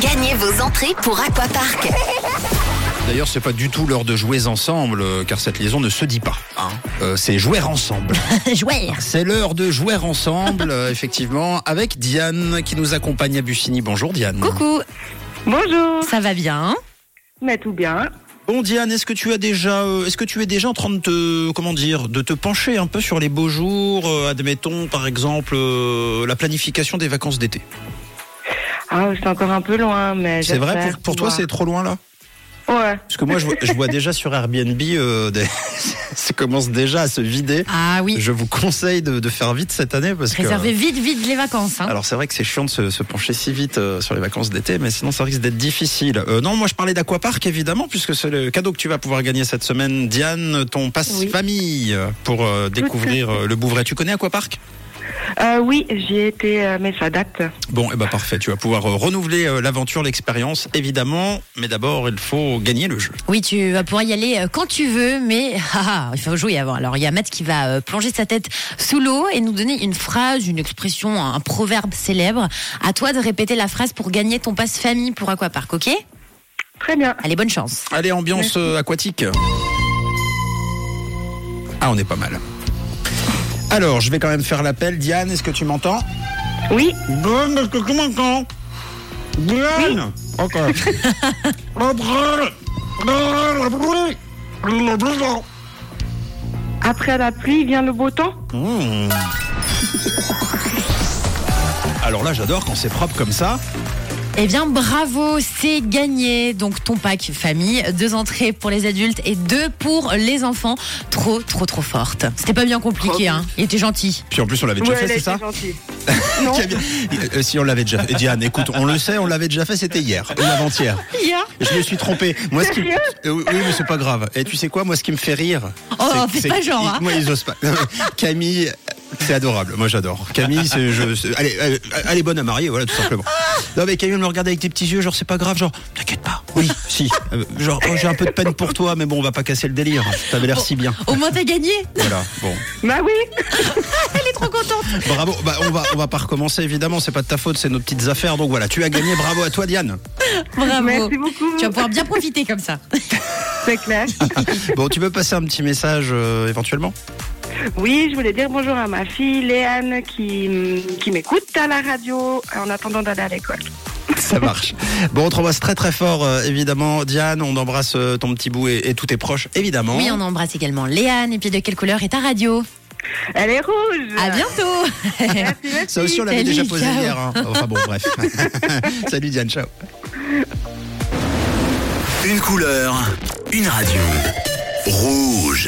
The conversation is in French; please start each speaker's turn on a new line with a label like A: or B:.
A: Gagnez vos entrées pour Aquapark.
B: D'ailleurs, c'est pas du tout l'heure de jouer ensemble, euh, car cette liaison ne se dit pas. hein. Euh, c'est jouer ensemble.
C: Jouer.
B: C'est l'heure de jouer ensemble, euh, effectivement, avec Diane qui nous accompagne à Buffini. Bonjour Diane.
C: Coucou,
D: Bonjour,
C: ça va bien
D: mais tout bien.
B: Bon Diane, est-ce que tu as déjà, euh, est-ce que tu es déjà en train de te, comment dire, de te pencher un peu sur les beaux jours, euh, admettons par exemple euh, la planification des vacances d'été.
D: Ah, c'est encore un peu loin, mais
B: C'est vrai
D: j'espère
B: pour, pour toi c'est
D: pouvoir-
B: trop loin là.
D: Ouais.
B: Parce que moi je, vois- je vois déjà sur Airbnb, euh, des- ça commence déjà à se vider.
C: Ah oui,
B: Je vous conseille de, de faire vite cette année parce
C: réservez
B: que.
C: vite, vite les vacances. hein.
B: Alors c'est vrai que c'est chiant de se, se pencher si vite euh, sur les vacances d'été, mais sinon ça risque d'être difficile. Euh, non, moi je parlais d'aquapark évidemment, puisque c'est le cadeau que tu vas pouvoir gagner cette semaine. Diane, ton passe
D: Oui.
B: famille euh, pour euh, découvrir euh, le Bouvray. Tu connais aquapark
D: Euh, oui, j'y ai été, euh, mais ça date.
B: Bon, eh ben parfait, tu vas pouvoir euh, renouveler euh, l'aventure, l'expérience évidemment, mais d'abord il faut gagner le jeu.
C: Oui, tu vas pouvoir y aller euh, quand tu veux, mais ah, ah, il faut jouer avant. Alors, il y a Matt qui va euh, plonger sa tête sous l'eau et nous donner une phrase, une expression, un proverbe célèbre. À toi de répéter la phrase pour gagner ton passe famille pour Aquapark, ok
D: Très bien.
C: Allez, bonne chance.
B: Allez, ambiance euh, aquatique. Ah, on est pas mal. Alors, je vais quand même faire l'appel. Diane, est-ce que tu m'entends
D: Oui,
B: Bon, est-ce que tu m'entends Bien Ok. Oh,
D: après la pluie vient le beau temps.
B: Mmh. Alors là, j'adore quand c'est propre comme ça.
C: Eh bien, bravo, c'est gagné. Donc, ton pack famille, deux entrées pour les adultes et deux pour les enfants. Trop, trop, trop forte. C'était pas bien compliqué, hein. Il était gentil.
B: Puis en plus, on l'avait
D: Ouais,
B: déjà fait,
D: elle
B: c'est
D: était
B: ça
D: gentille. non,
B: Euh, Si on l'avait déjà fait. Diane, écoute, on le sait, on l'avait déjà fait, c'était hier ou avant-hier.
C: Hier.
B: Je me suis trompé. Moi, ce qui...
D: Sérieux
B: Euh, oui, oui, mais c'est pas grave. Et tu sais quoi, moi, ce qui me fait rire.
C: Oh,
B: c'est-
C: fais
B: c'est-
C: pas genre, hein.
B: Moi, ils osent pas. Camille, c'est adorable. Moi, j'adore. Camille, c'est. Je, c'est- elle, est, elle- elle est bonne à marier, voilà, tout simplement. Non, mais Camille, elle me regarde avec tes petits yeux, genre, c'est pas grave, genre, t'inquiète pas. Oui, si. Euh, Genre, oh, j'ai un peu de peine pour toi, mais bon, on va pas casser le délire. T'avais l'air si bien.
C: Au moins, t'as gagné.
B: Voilà, bon.
D: bah oui.
C: Elle est trop contente.
B: Bravo. Bah, on, va, on va pas recommencer, évidemment, c'est pas de ta faute, c'est nos petites affaires. Donc voilà, tu as gagné. Bravo à toi, Diane.
C: Bravo.
D: Merci beaucoup.
C: Tu vas pouvoir bien profiter comme ça.
D: C'est clair.
B: Bon, tu peux passer un petit message euh, éventuellement
D: Oui, je voulais dire bonjour à ma fille Léane qui, hum, qui m'écoute à la radio en attendant d'aller à l'école.
B: Ça marche. Bon, on te embrasse très très fort, euh, évidemment. Diane, on embrasse euh, ton petit bout et, et tous tes proches, évidemment.
C: Oui, on embrasse également Léane. Et puis, de quelle couleur est ta radio
D: Elle est rouge.
C: À bientôt.
D: Merci, merci.
B: Ça aussi, on l'avait
C: Salut,
B: déjà posé
C: ciao.
B: hier. hein. Enfin bon, bref. Salut Diane, ciao.
E: Une couleur, une radio. Rouge.